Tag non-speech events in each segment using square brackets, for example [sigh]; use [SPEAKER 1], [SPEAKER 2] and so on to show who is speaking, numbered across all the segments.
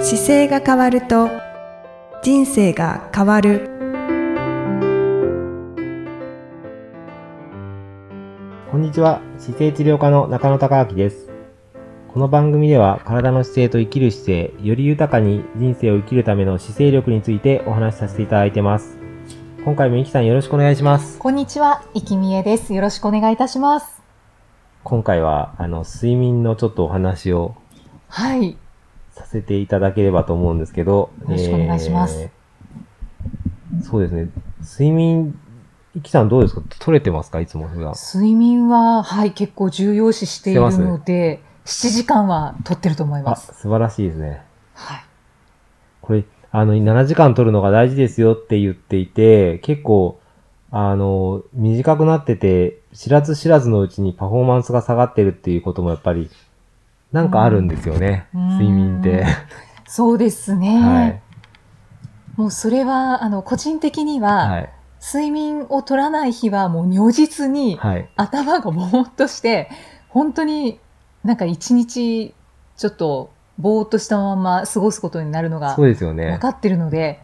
[SPEAKER 1] 姿勢が変わると人生が変わる
[SPEAKER 2] こんにちは。姿勢治療科の中野隆明です。この番組では体の姿勢と生きる姿勢、より豊かに人生を生きるための姿勢力についてお話しさせていただいてます。今回もゆきさんよろしくお願いします。
[SPEAKER 3] こんにちは、いきみえです。よろしくお願いいたします。
[SPEAKER 2] 今回は、あの、睡眠のちょっとお話を
[SPEAKER 3] はい。
[SPEAKER 2] させていただければと思うんですけど。
[SPEAKER 3] よろしくお願いします
[SPEAKER 2] えーそうですね。睡眠、ゆきさんどうですか取れてますかいつも普段。
[SPEAKER 3] 睡眠は、はい、結構重要視しているので、7時間は取ってると思い
[SPEAKER 2] あ、
[SPEAKER 3] ます。
[SPEAKER 2] 素晴らしいですね。
[SPEAKER 3] はい。
[SPEAKER 2] これ、あの、7時間取るのが大事ですよって言っていて、結構、あの、短くなってて、知らず知らずのうちにパフォーマンスが下がってるっていうこともやっぱり、なんかあるんですよね。
[SPEAKER 3] うん
[SPEAKER 2] 睡眠って。
[SPEAKER 3] そうですね。
[SPEAKER 2] はい。
[SPEAKER 3] もうそれは、あの、個人的には、
[SPEAKER 2] はい。
[SPEAKER 3] 睡眠を取らない日はもう如実に、
[SPEAKER 2] はい。
[SPEAKER 3] 頭がぼーっとして、本当になんか一日、ちょっと、ぼーっとしたまま過ごすことになるのが
[SPEAKER 2] そうですよ
[SPEAKER 3] 分
[SPEAKER 2] ね
[SPEAKER 3] か。ってるので、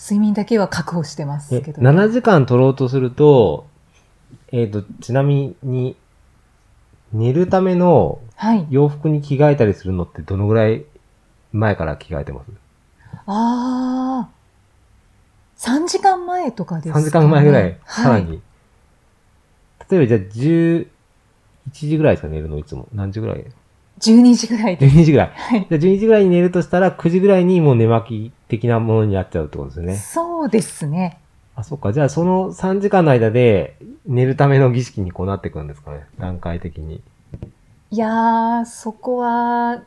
[SPEAKER 3] 睡眠だけは確保してま
[SPEAKER 2] え
[SPEAKER 3] すけど。
[SPEAKER 2] 7時間取ろうとすると、えっ、と、ちなみに、寝るための
[SPEAKER 3] はい。
[SPEAKER 2] 洋服に着替えたりするのってどのぐらい前から着替えてます
[SPEAKER 3] ああ。3時間前とかですか、
[SPEAKER 2] 3時間前ぐらい、さ
[SPEAKER 3] は
[SPEAKER 2] ら
[SPEAKER 3] い。
[SPEAKER 2] に。例えばじゃあ11時ぐらいですか寝るのいつも。何時ぐらい
[SPEAKER 3] 12時ぐらいで。
[SPEAKER 2] ?12 時ぐらい。
[SPEAKER 3] はい。
[SPEAKER 2] じゃあ12時ぐらいに寝るとしたら9時ぐらいにもう寝巻き的なものになっちゃうってことですよね。
[SPEAKER 3] そうですね。
[SPEAKER 2] あ、そっか。じゃあその3時間の間で寝るための儀式にこうなってくるんですかね。段階的
[SPEAKER 3] [laughs]
[SPEAKER 2] に。
[SPEAKER 3] いやー、そこは、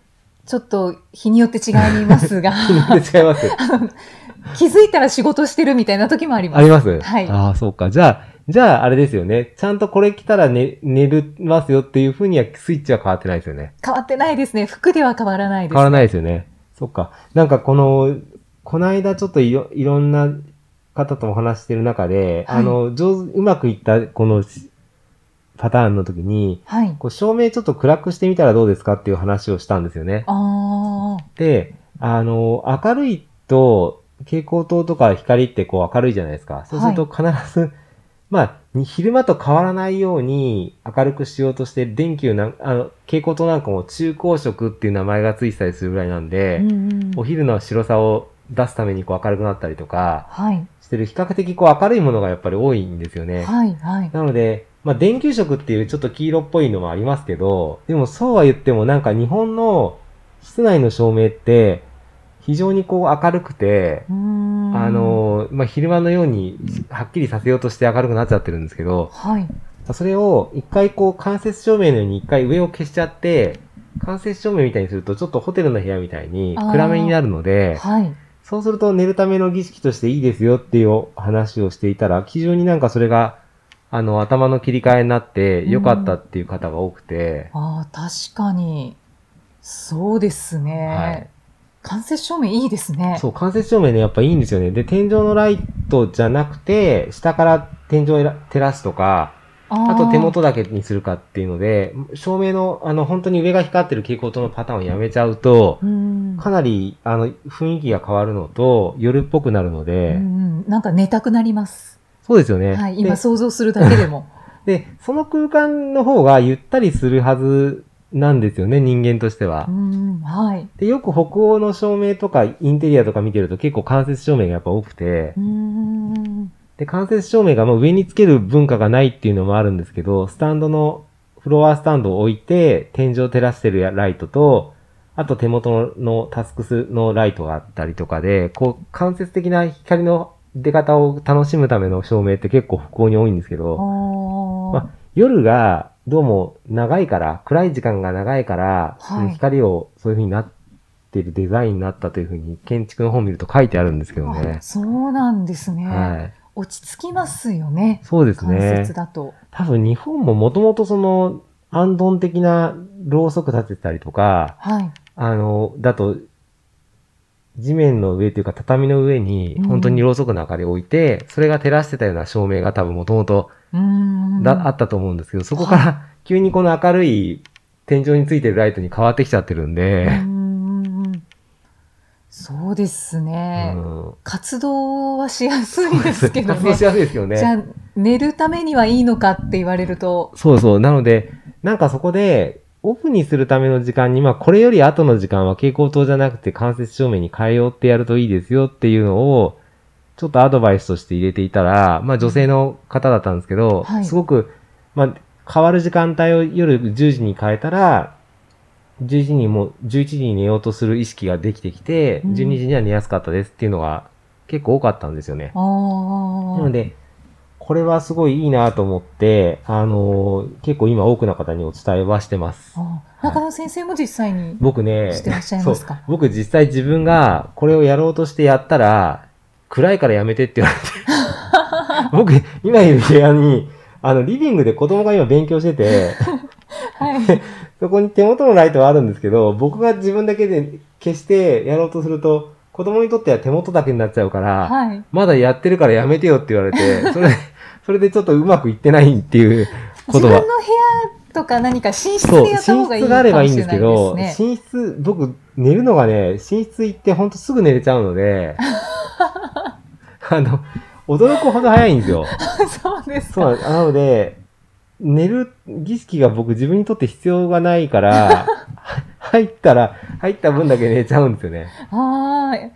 [SPEAKER 3] ちょっと日によって違いま
[SPEAKER 2] [laughs]
[SPEAKER 3] すが、
[SPEAKER 2] 違います。
[SPEAKER 3] 気づいたら仕事してるみたいな時もありま
[SPEAKER 2] あ
[SPEAKER 3] す。
[SPEAKER 2] ります
[SPEAKER 3] はい
[SPEAKER 2] ああ、そうか。じゃあ、じゃああれですよね。ちゃんとこれ着たら寝、寝るますよっていうふうにはスイッチは変わってないですよね。
[SPEAKER 3] 変わってないですね。服では変わらないです。
[SPEAKER 2] 変わらないですよね。そっか。なんかこの、この間ちょっといろいろんな方とお話してる中で、
[SPEAKER 3] はい
[SPEAKER 2] あの、上手、うまくいったこのしパターンの時に、
[SPEAKER 3] はい。
[SPEAKER 2] こう照明ちょっと暗くしてみたらどうですかっていう話をしたんですよね。
[SPEAKER 3] あ
[SPEAKER 2] で、あの、明るいと蛍光灯とか光ってこう明るいじゃないですか。そうすると必ず、まあ、に昼間と変わらないように明るくしようとして、電球なん、あの、蛍光灯なんかも中光色っていう名前がついてたりするぐらいなん
[SPEAKER 3] ー
[SPEAKER 2] で、
[SPEAKER 3] うんうん
[SPEAKER 2] お昼の白さを出すためにこう明るくなったりとか
[SPEAKER 3] はい。
[SPEAKER 2] してる比較的こう明るいものがやっぱり多いんですよね。
[SPEAKER 3] はい。はい。
[SPEAKER 2] なので、まあ、電球色っていうちょっと黄色っぽいのもありますけど、でもそうは言ってもなんか日本の室内の照明って非常にこう明るくて、
[SPEAKER 3] うーん
[SPEAKER 2] あ、のー、まあ、昼間のようにはっきりさせようとして明るくなっちゃってるんですけど、
[SPEAKER 3] はい。
[SPEAKER 2] それを一回こう間接照明のように一回上を消しちゃって、間接照明みたいにするとちょっとホテルの部屋みたいに暗めになるので、
[SPEAKER 3] はい。
[SPEAKER 2] そうすると寝るための儀式としていいですよっていうお話をしていたら、非常になんかそれが、あの、頭の切り替えになって良かったっていう方が多くて、
[SPEAKER 3] ああ、確かに。そうですね。
[SPEAKER 2] はい
[SPEAKER 3] 間接照明いいですね。
[SPEAKER 2] そう、間接照明ね、やっぱいいんですよね。で、天井のライトじゃなくて、下から天井を照らすとか、
[SPEAKER 3] あー
[SPEAKER 2] あと手元だけにするかっていうので、照明の、あの、本当に上が光ってる蛍光灯のパターンをやめちゃうと、
[SPEAKER 3] うん
[SPEAKER 2] かなり、あの、雰囲気が変わるのと、夜っぽくなるの
[SPEAKER 3] う
[SPEAKER 2] で、
[SPEAKER 3] んうんなんか寝たくなります。
[SPEAKER 2] そうですよね。
[SPEAKER 3] はい、
[SPEAKER 2] で
[SPEAKER 3] 今想像するだけで
[SPEAKER 2] [laughs]
[SPEAKER 3] も。
[SPEAKER 2] で、その空間の方がゆったりするはずなんですよね、人間としては
[SPEAKER 3] う。ん、はい。
[SPEAKER 2] で、よく北欧の照明とかインテリアとか見てると結構間接照明がやっぱ多くて
[SPEAKER 3] う、ん、
[SPEAKER 2] で、間接照明がもう上につける文化がないっていうのもあるんですけど、スタンドの、フロアスタンドを置いて、天井を照らしてるライトと、あと手元のタスクスのライトがあったりとかで、こう、間接的な光の出方を楽しむための照明って結構北欧に多いんですけど、
[SPEAKER 3] ああ
[SPEAKER 2] ま、夜がどうも長いから、暗い時間が長いから、
[SPEAKER 3] はい
[SPEAKER 2] 光をそういう風になってるデザインになったという風に建築の本見ると書いてあるんですけどね
[SPEAKER 3] あ。そうなんですね、
[SPEAKER 2] はい。
[SPEAKER 3] 落ち着きますよね。
[SPEAKER 2] そうです
[SPEAKER 3] 関
[SPEAKER 2] ね
[SPEAKER 3] 節。だと。
[SPEAKER 2] 多分日本ももともとその、アンドン的なろうそく立てたりとか、
[SPEAKER 3] はい。
[SPEAKER 2] あの、だと、地面の上というか畳の上に
[SPEAKER 3] うん
[SPEAKER 2] 本当にろうそくの明かりを置いて、それが照らしてたような照明が多分もともと
[SPEAKER 3] うん。
[SPEAKER 2] だあったと思うんですけど、そこから急にこの明るい天井についてるライトに変わってきちゃってるんで、
[SPEAKER 3] うんそうですね。
[SPEAKER 2] うん
[SPEAKER 3] 活動はしやすいですけど
[SPEAKER 2] 活動
[SPEAKER 3] ね。
[SPEAKER 2] しやすいですけど
[SPEAKER 3] じゃ
[SPEAKER 2] ね。
[SPEAKER 3] あ、寝るためにはいいのかって言われると、
[SPEAKER 2] そうそう。なので、なんかそこで、オフにするための時間に、まあ、これより後の時間は蛍光灯じゃなくて間接照明に変えようってやるといいですよっていうのを、ちょっとアドバイスとして入れていたら、まあ、女性の方だったんですけど、
[SPEAKER 3] はい
[SPEAKER 2] すごく、まあ、変わる時間帯を夜10時に変えたら、10時にもう、11時に寝ようとする意識ができてきて、
[SPEAKER 3] うん
[SPEAKER 2] 12時には寝やすかったですっていうのが結構多かったんですよね。
[SPEAKER 3] ああ
[SPEAKER 2] なので、これはすごいいいなと思って、あのー結構今多くの方にお伝えはしてます。
[SPEAKER 3] ああ中野先生も実際に
[SPEAKER 2] 僕ね、
[SPEAKER 3] してらっしゃいます
[SPEAKER 2] そう
[SPEAKER 3] か。
[SPEAKER 2] 僕実際自分がこれをやろうとしてやったら、暗いからやめてって言わ
[SPEAKER 3] [laughs]
[SPEAKER 2] れて。僕、今いる部屋に、あの、リビングで子供が今勉強してて、
[SPEAKER 3] はい。
[SPEAKER 2] そこに手元のライトはあるんですけど、僕が自分だけで消してやろうとすると、子供にとっては手元だけになっちゃうから、
[SPEAKER 3] はい。
[SPEAKER 2] まだやってるからやめてよって言われ
[SPEAKER 3] [laughs]
[SPEAKER 2] て、それ、それでちょっとうまくいってないっていうこ
[SPEAKER 3] 自
[SPEAKER 2] と
[SPEAKER 3] 分の
[SPEAKER 2] は
[SPEAKER 3] 部。屋とか何か寝室
[SPEAKER 2] そう、
[SPEAKER 3] でや
[SPEAKER 2] 寝
[SPEAKER 3] った方がいい
[SPEAKER 2] 室
[SPEAKER 3] か
[SPEAKER 2] があれば
[SPEAKER 3] も
[SPEAKER 2] いいん
[SPEAKER 3] し
[SPEAKER 2] です
[SPEAKER 3] れな
[SPEAKER 2] け
[SPEAKER 3] い
[SPEAKER 2] ど、
[SPEAKER 3] [laughs] で
[SPEAKER 2] 寝
[SPEAKER 3] すね。
[SPEAKER 2] 室、僕、寝るのがね、寝室行ってほんとすぐ寝れちゃうので、あの、驚くほど早いんですよ。
[SPEAKER 3] そうです
[SPEAKER 2] そうなん
[SPEAKER 3] か。
[SPEAKER 2] ですなので、寝る儀式が僕自分にとって必要がないから、 [laughs] 入ったら、入った分だけ寝ちゃうんですよね。
[SPEAKER 3] ああ。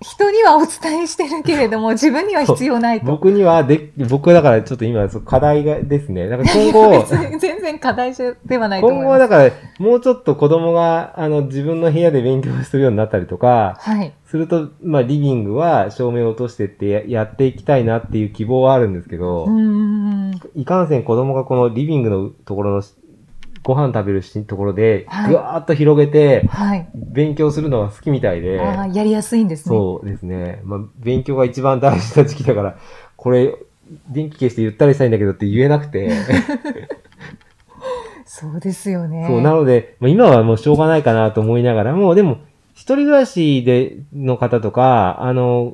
[SPEAKER 3] 人にはお伝えしてるけれども、自分には必要ないと。
[SPEAKER 2] 僕にはで、僕はだからちょっと今、そう課題がですね。だから今
[SPEAKER 3] [laughs]
[SPEAKER 2] 後
[SPEAKER 3] 別、に全然課題じゃではないと思
[SPEAKER 2] 今
[SPEAKER 3] い
[SPEAKER 2] 後は
[SPEAKER 3] ます。
[SPEAKER 2] だから、もうちょっと子供が、あの、自分の部屋で勉強するようになったりとか、
[SPEAKER 3] はい。
[SPEAKER 2] すると、まあ、リビングは照明を落としてってややっていきたいなっていう希望はあるんですけど
[SPEAKER 3] う、ーん。
[SPEAKER 2] いかんせん子供がこのリビングのところのし、ご飯食べるしところで
[SPEAKER 3] は、い
[SPEAKER 2] ぐわーっと広げて、
[SPEAKER 3] はい。
[SPEAKER 2] 勉強するのが好きみたいで、
[SPEAKER 3] ああ、やりやすいんですね。
[SPEAKER 2] そうですね。まあ、勉強が一番大事な時期だから、これ、電気消してゆったりしたいんだけどって言えなくて、
[SPEAKER 3] そうですよね。
[SPEAKER 2] そう、なので、まあ今はもうしょうがないかなと思いながらも、でも、一人暮らしで、の方とか、あの、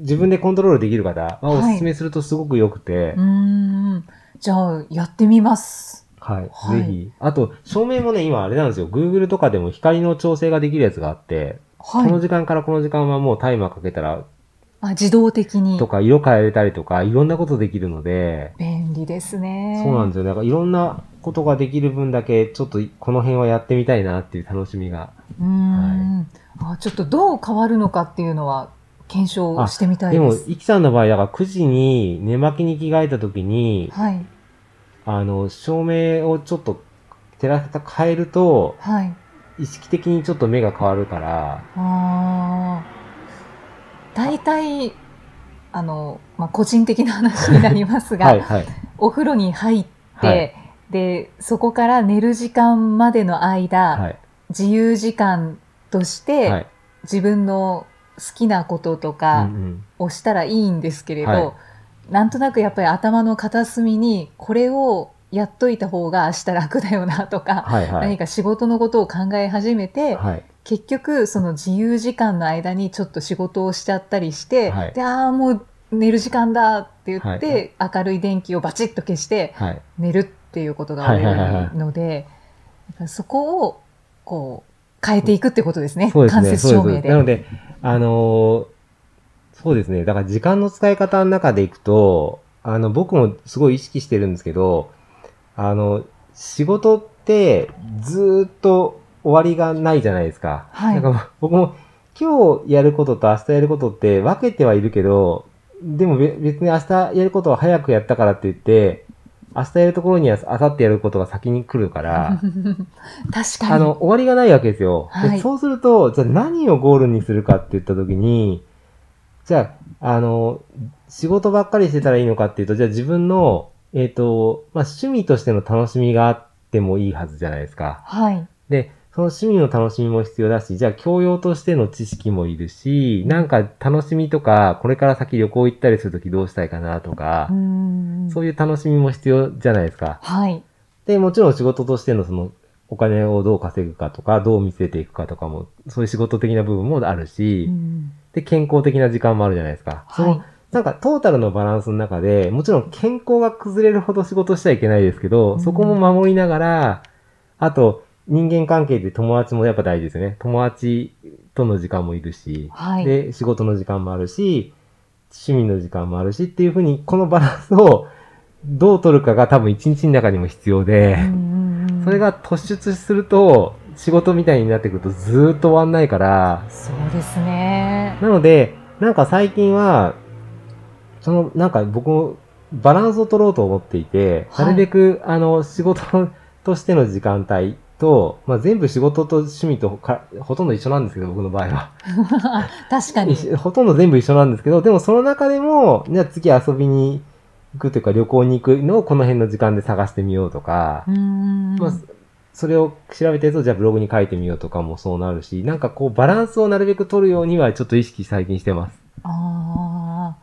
[SPEAKER 2] 自分でコントロールできる方はお
[SPEAKER 3] はい
[SPEAKER 2] 勧めするとすごく良くて
[SPEAKER 3] う、ーん。じゃあ、やってみます。
[SPEAKER 2] はい、
[SPEAKER 3] はい
[SPEAKER 2] ぜひ。あと、照明もね、今あれなんですよ。Google とかでも光の調整ができるやつがあって、こ
[SPEAKER 3] は
[SPEAKER 2] の
[SPEAKER 3] い。
[SPEAKER 2] 時間からこの時間はもうタイマーかけたら、
[SPEAKER 3] あ、自動的に
[SPEAKER 2] と。か色変えれたりとか、いろんなことできるので、
[SPEAKER 3] 便利ですね。。
[SPEAKER 2] そうなんですすよ。なんかいろんなことができる分だけ、ちょっとこの辺はやってみたいなっていう楽しみが
[SPEAKER 3] うーん。あ、ちょっとどう変わるのかっていうのは、検証してみたい
[SPEAKER 2] で
[SPEAKER 3] で
[SPEAKER 2] も、
[SPEAKER 3] す。
[SPEAKER 2] イキさんの場合、だから9時に寝巻きに着替えた時に、
[SPEAKER 3] はい。
[SPEAKER 2] あの、照明をちょっと照らし方変えると、
[SPEAKER 3] はい。
[SPEAKER 2] 意識的にちょっと目が変わるから、
[SPEAKER 3] あー大体、あの、まあ、個人的な話になりますが、
[SPEAKER 2] はいはい。
[SPEAKER 3] お風呂に入って、
[SPEAKER 2] はい
[SPEAKER 3] で、そこから寝る時間までの間、
[SPEAKER 2] はい。
[SPEAKER 3] 自由時間として、
[SPEAKER 2] はい。
[SPEAKER 3] 自分の好きなことと
[SPEAKER 2] うんう
[SPEAKER 3] か
[SPEAKER 2] ん
[SPEAKER 3] をしたらいいんですけれど、
[SPEAKER 2] は
[SPEAKER 3] なんとなくやっぱり頭の片隅にこれをやっといた方が明日楽だよなとか、
[SPEAKER 2] はいは
[SPEAKER 3] 何
[SPEAKER 2] い。
[SPEAKER 3] か仕事のことを考え始めて、
[SPEAKER 2] はい。
[SPEAKER 3] 結局その自由時間の間にちょっと仕事をしちゃったりして、
[SPEAKER 2] はい
[SPEAKER 3] でああもう寝る時間だって言って、
[SPEAKER 2] はい
[SPEAKER 3] 明るい電気をバチッと消して
[SPEAKER 2] はい。
[SPEAKER 3] 寝るっていうことが多い
[SPEAKER 2] はいはいはいは
[SPEAKER 3] ので、だからそこをこう変えていくってことですね
[SPEAKER 2] そうです
[SPEAKER 3] 間
[SPEAKER 2] ね。
[SPEAKER 3] 接
[SPEAKER 2] そ
[SPEAKER 3] 照
[SPEAKER 2] うです
[SPEAKER 3] 明で。
[SPEAKER 2] なので、あのーそうですね。だから時間の使い方の中でいくと、あの、僕もすごい意識してるんですけど、あの、仕事ってずーっと終わりがないじゃないですか。
[SPEAKER 3] はい
[SPEAKER 2] なんか僕も今日やることと明日やることって分けてはいるけど、でもべ別に明日やることを早くやったからって言って、明日やるところには明後日やることが先に来るから、
[SPEAKER 3] [laughs] 確
[SPEAKER 2] あ
[SPEAKER 3] かに。
[SPEAKER 2] の、終わりがないわけですよ。で
[SPEAKER 3] はい
[SPEAKER 2] そうすると、じゃあ何をゴールにするかって言ったときに、じゃあ、あの、仕事ばっかりしてたらいいのかっていうと、じゃあ自分の、えっ、と、まあ、趣味としての楽しみがあってもいいはずじゃないですか。
[SPEAKER 3] はい。
[SPEAKER 2] で、その趣味の楽しみも必要だし、じゃあ教養としての知識もいるし、なんか楽しみとか、これから先旅行行ったりするときどうしたいかなとか
[SPEAKER 3] うー、ん
[SPEAKER 2] そういう楽しみも必要じゃないですか。
[SPEAKER 3] はい。
[SPEAKER 2] で、もちろん仕事としてのその、お金をどう稼ぐかとか、どう見せていくかとかも、そういう仕事的な部分もあるし、
[SPEAKER 3] うん
[SPEAKER 2] で、健康的な時間もあるじゃないですか。そ
[SPEAKER 3] は
[SPEAKER 2] の、
[SPEAKER 3] い。
[SPEAKER 2] なんかトータルのバランスの中で、もちろん健康が崩れるほど仕事しちゃいけないですけど、そこも守りながら、あと、人間関係で友達もやっぱ大事ですよね。友達との時間もいるし、
[SPEAKER 3] はい。
[SPEAKER 2] で、仕事の時間もあるし、趣味の時間もあるしっていうふうに、このバランスをどう取るかが多分一日の中にも必要で
[SPEAKER 3] う、んうんうん
[SPEAKER 2] それが突出すると、仕事みたいになってくるとずーっと終わんないから、
[SPEAKER 3] そうです
[SPEAKER 2] [laughs]
[SPEAKER 3] ね。
[SPEAKER 2] なので、なんか最近は、その、なんか僕もバランスを取ろうと思っていて、
[SPEAKER 3] はい
[SPEAKER 2] なるべく、あの、仕事としての時間帯と、まあ、全部仕事と趣味とかほとんど一緒なんですけど、僕の場合は。
[SPEAKER 3] 確かに。
[SPEAKER 2] 一緒ほとんど全部一緒なんですけど、でもその中でも、じゃあ次遊びに行くというか旅行に行くのをこの辺の時間で探してみようとか、
[SPEAKER 3] うんうんう
[SPEAKER 2] まあ
[SPEAKER 3] ん。、
[SPEAKER 2] それを調べたやつをじゃあブログに書いてみようとかもそうなるし、なんかこうバランスをなるべく取るようにはちょっと意識最近してます。
[SPEAKER 3] ああ。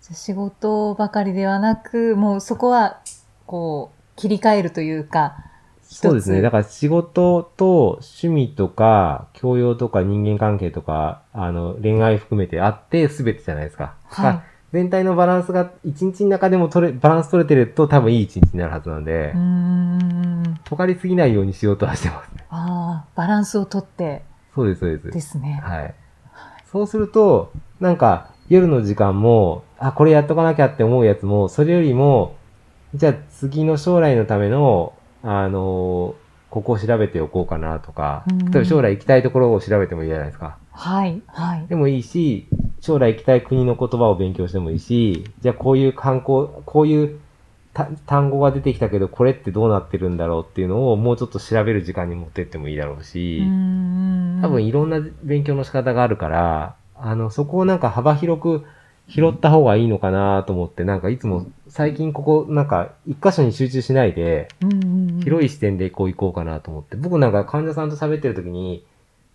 [SPEAKER 3] じゃあ仕事ばかりではなく、もうそこは、こう、切り替えるというか、一つ
[SPEAKER 2] そうですね。だから仕事と趣味とか、教養とか人間関係とか、あの、恋愛含めてあって全てじゃないですか。
[SPEAKER 3] はい
[SPEAKER 2] だから全体のバランスが、一日の中でも取れ、バランス取れてると多分いい一日になるはずなんで、
[SPEAKER 3] うーん。
[SPEAKER 2] 尖りすぎないようにしようとはしてますね。
[SPEAKER 3] ああ、バランスをとって
[SPEAKER 2] そうです、そうです。
[SPEAKER 3] ですね。
[SPEAKER 2] はい。そうすると、なんか、夜の時間も、あ、これやっとかなきゃって思うやつも、それよりも、じゃあ次の将来のための、あのーここを調べておこうかなとか
[SPEAKER 3] うん、
[SPEAKER 2] 例えば将来行きたいところを調べてもいいじゃないですか。
[SPEAKER 3] はい、はい。
[SPEAKER 2] でもいいし、将来行きたい国の言葉を勉強してもいいし、じゃあこういう観光、こういうた単語が出てきたけど、これってどうなってるんだろうっていうのをもうちょっと調べる時間に持ってってもいいだろうし、多
[SPEAKER 3] 多
[SPEAKER 2] 分いろんな勉強の仕方があるから、あの、そこをなんか幅広く拾った方がいいのかなと思って、なんかいつも最近ここなんか一箇所に集中しないで、
[SPEAKER 3] い。
[SPEAKER 2] 広い視点でこう行こうかなと思って、僕なんか患者さんと喋ってる時に、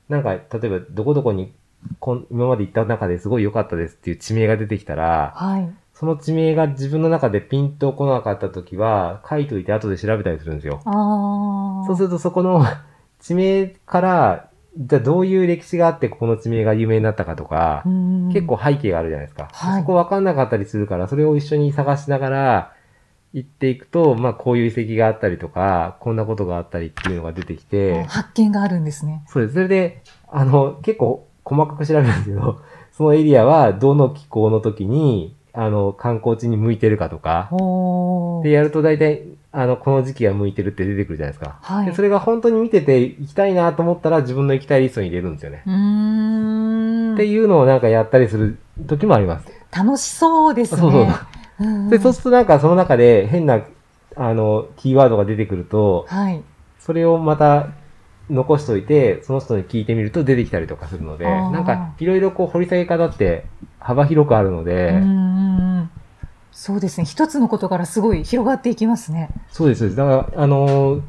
[SPEAKER 2] なんか例えばどこどこにこん今まで行った中ですごい良かったですっていう地名が出てきたら、
[SPEAKER 3] はい。
[SPEAKER 2] その地名が自分の中でピンとこなかった時は、書いといて後で調べたりするんですよ。
[SPEAKER 3] ああ。
[SPEAKER 2] そうするとそこの [laughs] 地名から、じゃあどういう歴史があってここの地名が有名になったかとか、結
[SPEAKER 3] 結
[SPEAKER 2] 構背景があるじゃないですか。
[SPEAKER 3] はい
[SPEAKER 2] そこ分かんなかったりするから、それを一緒に探しながら行っていくと、まあこういう遺跡があったりとか、こんなことがあったりっていうのが出てきて、
[SPEAKER 3] 発見があるんですね。
[SPEAKER 2] そうです。それで、あの、結構細かく調べるんですけど、 [laughs] そのエリアはどの気候の時に、あの、観光地に向いてるかとか、
[SPEAKER 3] お
[SPEAKER 2] で、
[SPEAKER 3] ー。
[SPEAKER 2] やると大体、あの、この時期が向いてるって出てくるじゃないですか。
[SPEAKER 3] はい
[SPEAKER 2] でそれが本当に見てて行きたいなと思ったら自分の行きたいリストに入れるんですよね。
[SPEAKER 3] うーん
[SPEAKER 2] っていうのをなんかやったりする時もあります。
[SPEAKER 3] 楽しそうですね。
[SPEAKER 2] そうそう
[SPEAKER 3] うんうん
[SPEAKER 2] で、そうするとなんかその中で変な、あの、キーワードが出てくると、
[SPEAKER 3] はい。
[SPEAKER 2] それをまた残しといて、その人に聞いてみると出てきたりとかするので、
[SPEAKER 3] あー
[SPEAKER 2] なんかいろいろこう掘り下げ方って幅広くあるので、
[SPEAKER 3] うんうんうんそうですね。一つのことからすごい広がっていきますね。
[SPEAKER 2] そうです、そうです。だから、あのー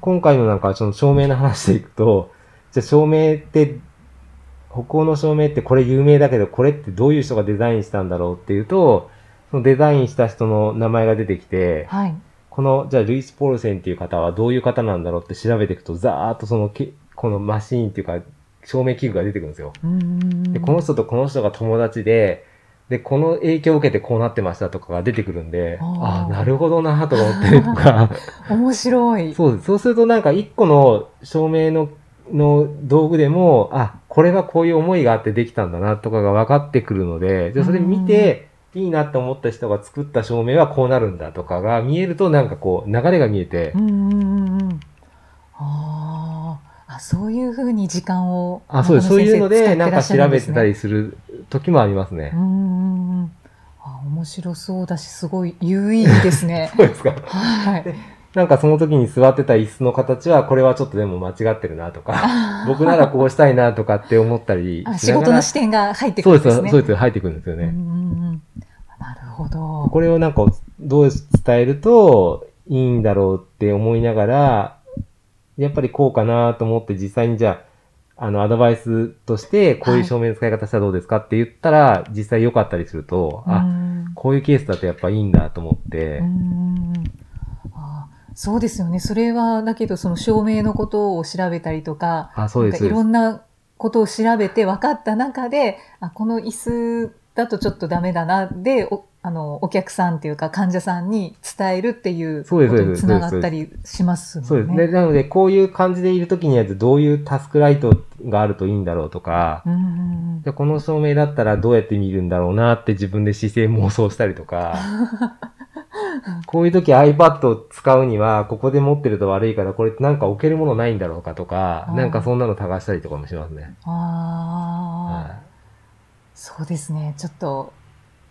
[SPEAKER 2] 今回のなんか、その照明の話でいくと、じゃあ照明って、北欧の照明ってこれ有名だけど、これってどういう人がデザインしたんだろうっていうと、そのデザインした人の名前が出てきて、
[SPEAKER 3] はい。
[SPEAKER 2] この、じゃあルイス・ポールセンっていう方はどういう方なんだろうって調べていくと、ざーっとそのけ、このマシーンっていうか、照明器具が出てくるんですよ。
[SPEAKER 3] うんうんう
[SPEAKER 2] で、
[SPEAKER 3] ん
[SPEAKER 2] この人とこの人が友達で、で、この影響を受けてこうなってましたとかが出てくるんで、
[SPEAKER 3] あー
[SPEAKER 2] ああ、なるほどなとか思ってとか、
[SPEAKER 3] 面白い。
[SPEAKER 2] そうです。そうするとなんか一個の照明の、の道具でも、あ、これはこういう思いがあってできたんだなとかが分かってくるので、じゃあそれ見て、いいなって思った人が作った照明はこうなるんだとかが見えるとなんかこう流れが見えて
[SPEAKER 3] う、んうんうんうんあーあ、そういうふうに時間を。
[SPEAKER 2] あ、そうです。そういうので、なんか調べてた
[SPEAKER 3] り
[SPEAKER 2] りする時もありますね
[SPEAKER 3] う。んうんうん。あ、面白そうだし、すごい有意義で
[SPEAKER 2] [laughs]。
[SPEAKER 3] すね
[SPEAKER 2] そうですか。
[SPEAKER 3] はい。
[SPEAKER 2] なんかその時に座ってた椅子の形は、これはちょっとでも間違ってるなとか、僕ならこうしたいなとかって思ったりしなが
[SPEAKER 3] あ
[SPEAKER 2] ら。
[SPEAKER 3] 仕事の視点が入ってく
[SPEAKER 2] そう
[SPEAKER 3] るん
[SPEAKER 2] で、
[SPEAKER 3] ですす
[SPEAKER 2] そう
[SPEAKER 3] ね。
[SPEAKER 2] です。入ってくるんですよね。
[SPEAKER 3] うんうんうんなるほど。
[SPEAKER 2] これをなんかどう伝えるといいんだろうって思いながら、やっぱりこうかなと思って実際にじゃあ、あの、アドバイスとして、こういう照明の使い方したらどうですかって言ったら、実際良かったりすると、
[SPEAKER 3] う
[SPEAKER 2] あ、
[SPEAKER 3] ん
[SPEAKER 2] こういうケースだとやっぱいいんだと思って、
[SPEAKER 3] うんうんうんあそうですよね。それは、だけど、その証明のことを調べたりとか、
[SPEAKER 2] あ、そうです、そうで
[SPEAKER 3] なんかいろ
[SPEAKER 2] す。
[SPEAKER 3] んなことを調べて分かった中で、あこの椅子だとちょっとダメだな、で、おあの、お客さんっていうか患者さんに伝えるっていう
[SPEAKER 2] そうです
[SPEAKER 3] こと
[SPEAKER 2] そう
[SPEAKER 3] に
[SPEAKER 2] です
[SPEAKER 3] つながったりします
[SPEAKER 2] そう
[SPEAKER 3] も
[SPEAKER 2] ですね。
[SPEAKER 3] んね。
[SPEAKER 2] なので、こういう感じでいるときにはどういうタスクライトがあるといいんだろうとか、
[SPEAKER 3] うんうんうん
[SPEAKER 2] でこの照明だったらどうやって見るんだろうなって自分で姿勢妄想したりと
[SPEAKER 3] [laughs]
[SPEAKER 2] か、こういう時 iPad を使うには、ここで持ってると悪いから、これなんか置けるものないんだろうかとか
[SPEAKER 3] あ、ー
[SPEAKER 2] なんかそんなの探したりとかもしますね。
[SPEAKER 3] ああ、
[SPEAKER 2] は
[SPEAKER 3] そうですね。ちょっと、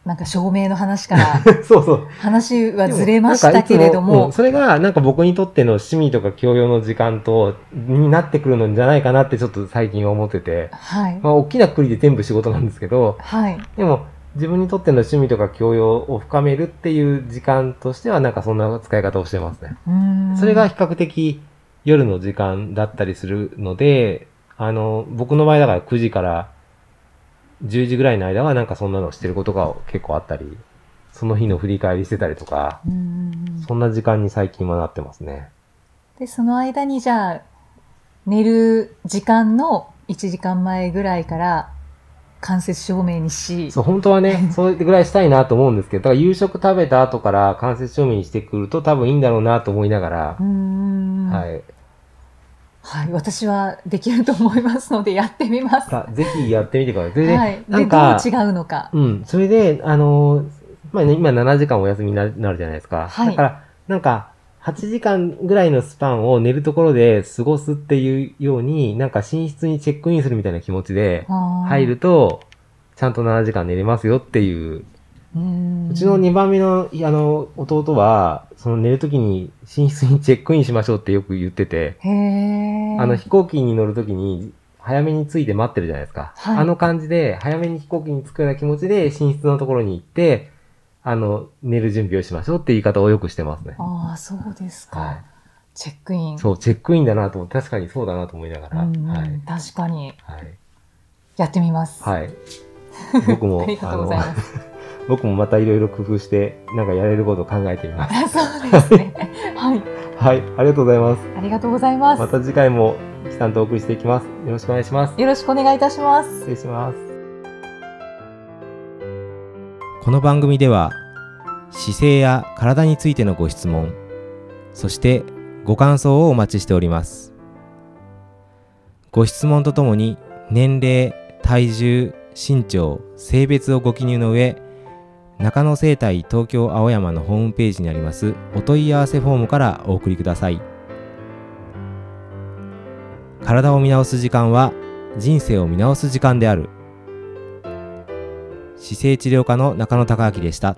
[SPEAKER 3] なんか照明の話から
[SPEAKER 2] [laughs] い、そうそう。
[SPEAKER 3] 話はずれましたけれ
[SPEAKER 2] でなん
[SPEAKER 3] ど
[SPEAKER 2] かいつ
[SPEAKER 3] も、
[SPEAKER 2] うんそれがなんか僕にとっての趣味とか教養の時間と、になってくるのじゃないかなってちょっと最近思ってて、
[SPEAKER 3] はい。
[SPEAKER 2] まあ大きなくくりで全部仕事なんですけど、
[SPEAKER 3] はい。
[SPEAKER 2] でも、自分にとっての趣味とか教養を深めるっていう時間としては、なんかそんな使い方をしてますね。
[SPEAKER 3] うーん
[SPEAKER 2] それが比較的夜の時間だったりするので、あの、僕の場合だから9時から10時ぐらいの間はなんかそんなのしてることが結構あったり、その日の振り返りしてたりとか、
[SPEAKER 3] うんうんうん
[SPEAKER 2] そんな時間に最近はなってますね。
[SPEAKER 3] で、その間にじゃあ、寝る時間の1時間前ぐらいから、間接照明にし、
[SPEAKER 2] そう、本当は
[SPEAKER 3] [laughs]
[SPEAKER 2] ね、それぐらいしたいなと思うんですけど、だから夕食食べた後から間接照明にしてくると多分いいんだろうなと思いながら
[SPEAKER 3] う、ーん
[SPEAKER 2] は
[SPEAKER 3] はい。
[SPEAKER 2] い。
[SPEAKER 3] 私はできると思いますので、やってみます。は
[SPEAKER 2] さぜひやってみてください。それ
[SPEAKER 3] い。
[SPEAKER 2] で、
[SPEAKER 3] で、どう
[SPEAKER 2] な
[SPEAKER 3] 違
[SPEAKER 2] んか
[SPEAKER 3] うのか。
[SPEAKER 2] うん、それで、あのーまあね、今7時間お休みにななるじゃないですか。
[SPEAKER 3] はい
[SPEAKER 2] だから、なんか、8時間ぐらいのスパンを寝るところで過ごすっていうように、なんか寝室にチェックインするみたいな気持ちで入
[SPEAKER 3] 入。
[SPEAKER 2] ると、ちゃんと7時間寝れますよっていう。
[SPEAKER 3] うーん
[SPEAKER 2] うちの2番目の、いあの、弟は、その寝るときに寝室にチェックインしましょうってよく言ってて、
[SPEAKER 3] へえ。
[SPEAKER 2] あの、飛行機に乗るときに、早めに着いて待ってるじゃないですか。
[SPEAKER 3] はい
[SPEAKER 2] あの感じで、早めに飛行機に着くような気持ちで、寝室のところに行って、あの、寝る準備をしましょうっていう言い方をよくしてますね。
[SPEAKER 3] ああ、そうですか。
[SPEAKER 2] は
[SPEAKER 3] チェックイン。
[SPEAKER 2] い。そう、チェックインだなと思って、確かにそうだなと思いながら。
[SPEAKER 3] う
[SPEAKER 2] は
[SPEAKER 3] んうん
[SPEAKER 2] い。
[SPEAKER 3] 確かに。
[SPEAKER 2] はい。
[SPEAKER 3] やってみます。
[SPEAKER 2] はい。僕も
[SPEAKER 3] [laughs] あ、りがとうございます。
[SPEAKER 2] [laughs] 僕もまたいろいろ工夫して、なんかやれることを考えてみます。
[SPEAKER 3] [laughs] そうですね。はい。
[SPEAKER 2] はい。ありがとうございます。
[SPEAKER 3] ありがとうございます。
[SPEAKER 2] また次回も、キさんとお送りしていきます。よろしくお願いします。
[SPEAKER 3] よろしくお願いいたします。
[SPEAKER 2] 礼しますこの番組では姿勢や体についてのご質問そしてご感想をお待ちしておりますご質問とともに年齢体重身長性別をご記入の上中野生態東京青山のホームページにありますお問い合わせフォームからお送りください体を見直す時間は人生を見直す時間である姿勢治療科の中野孝明でした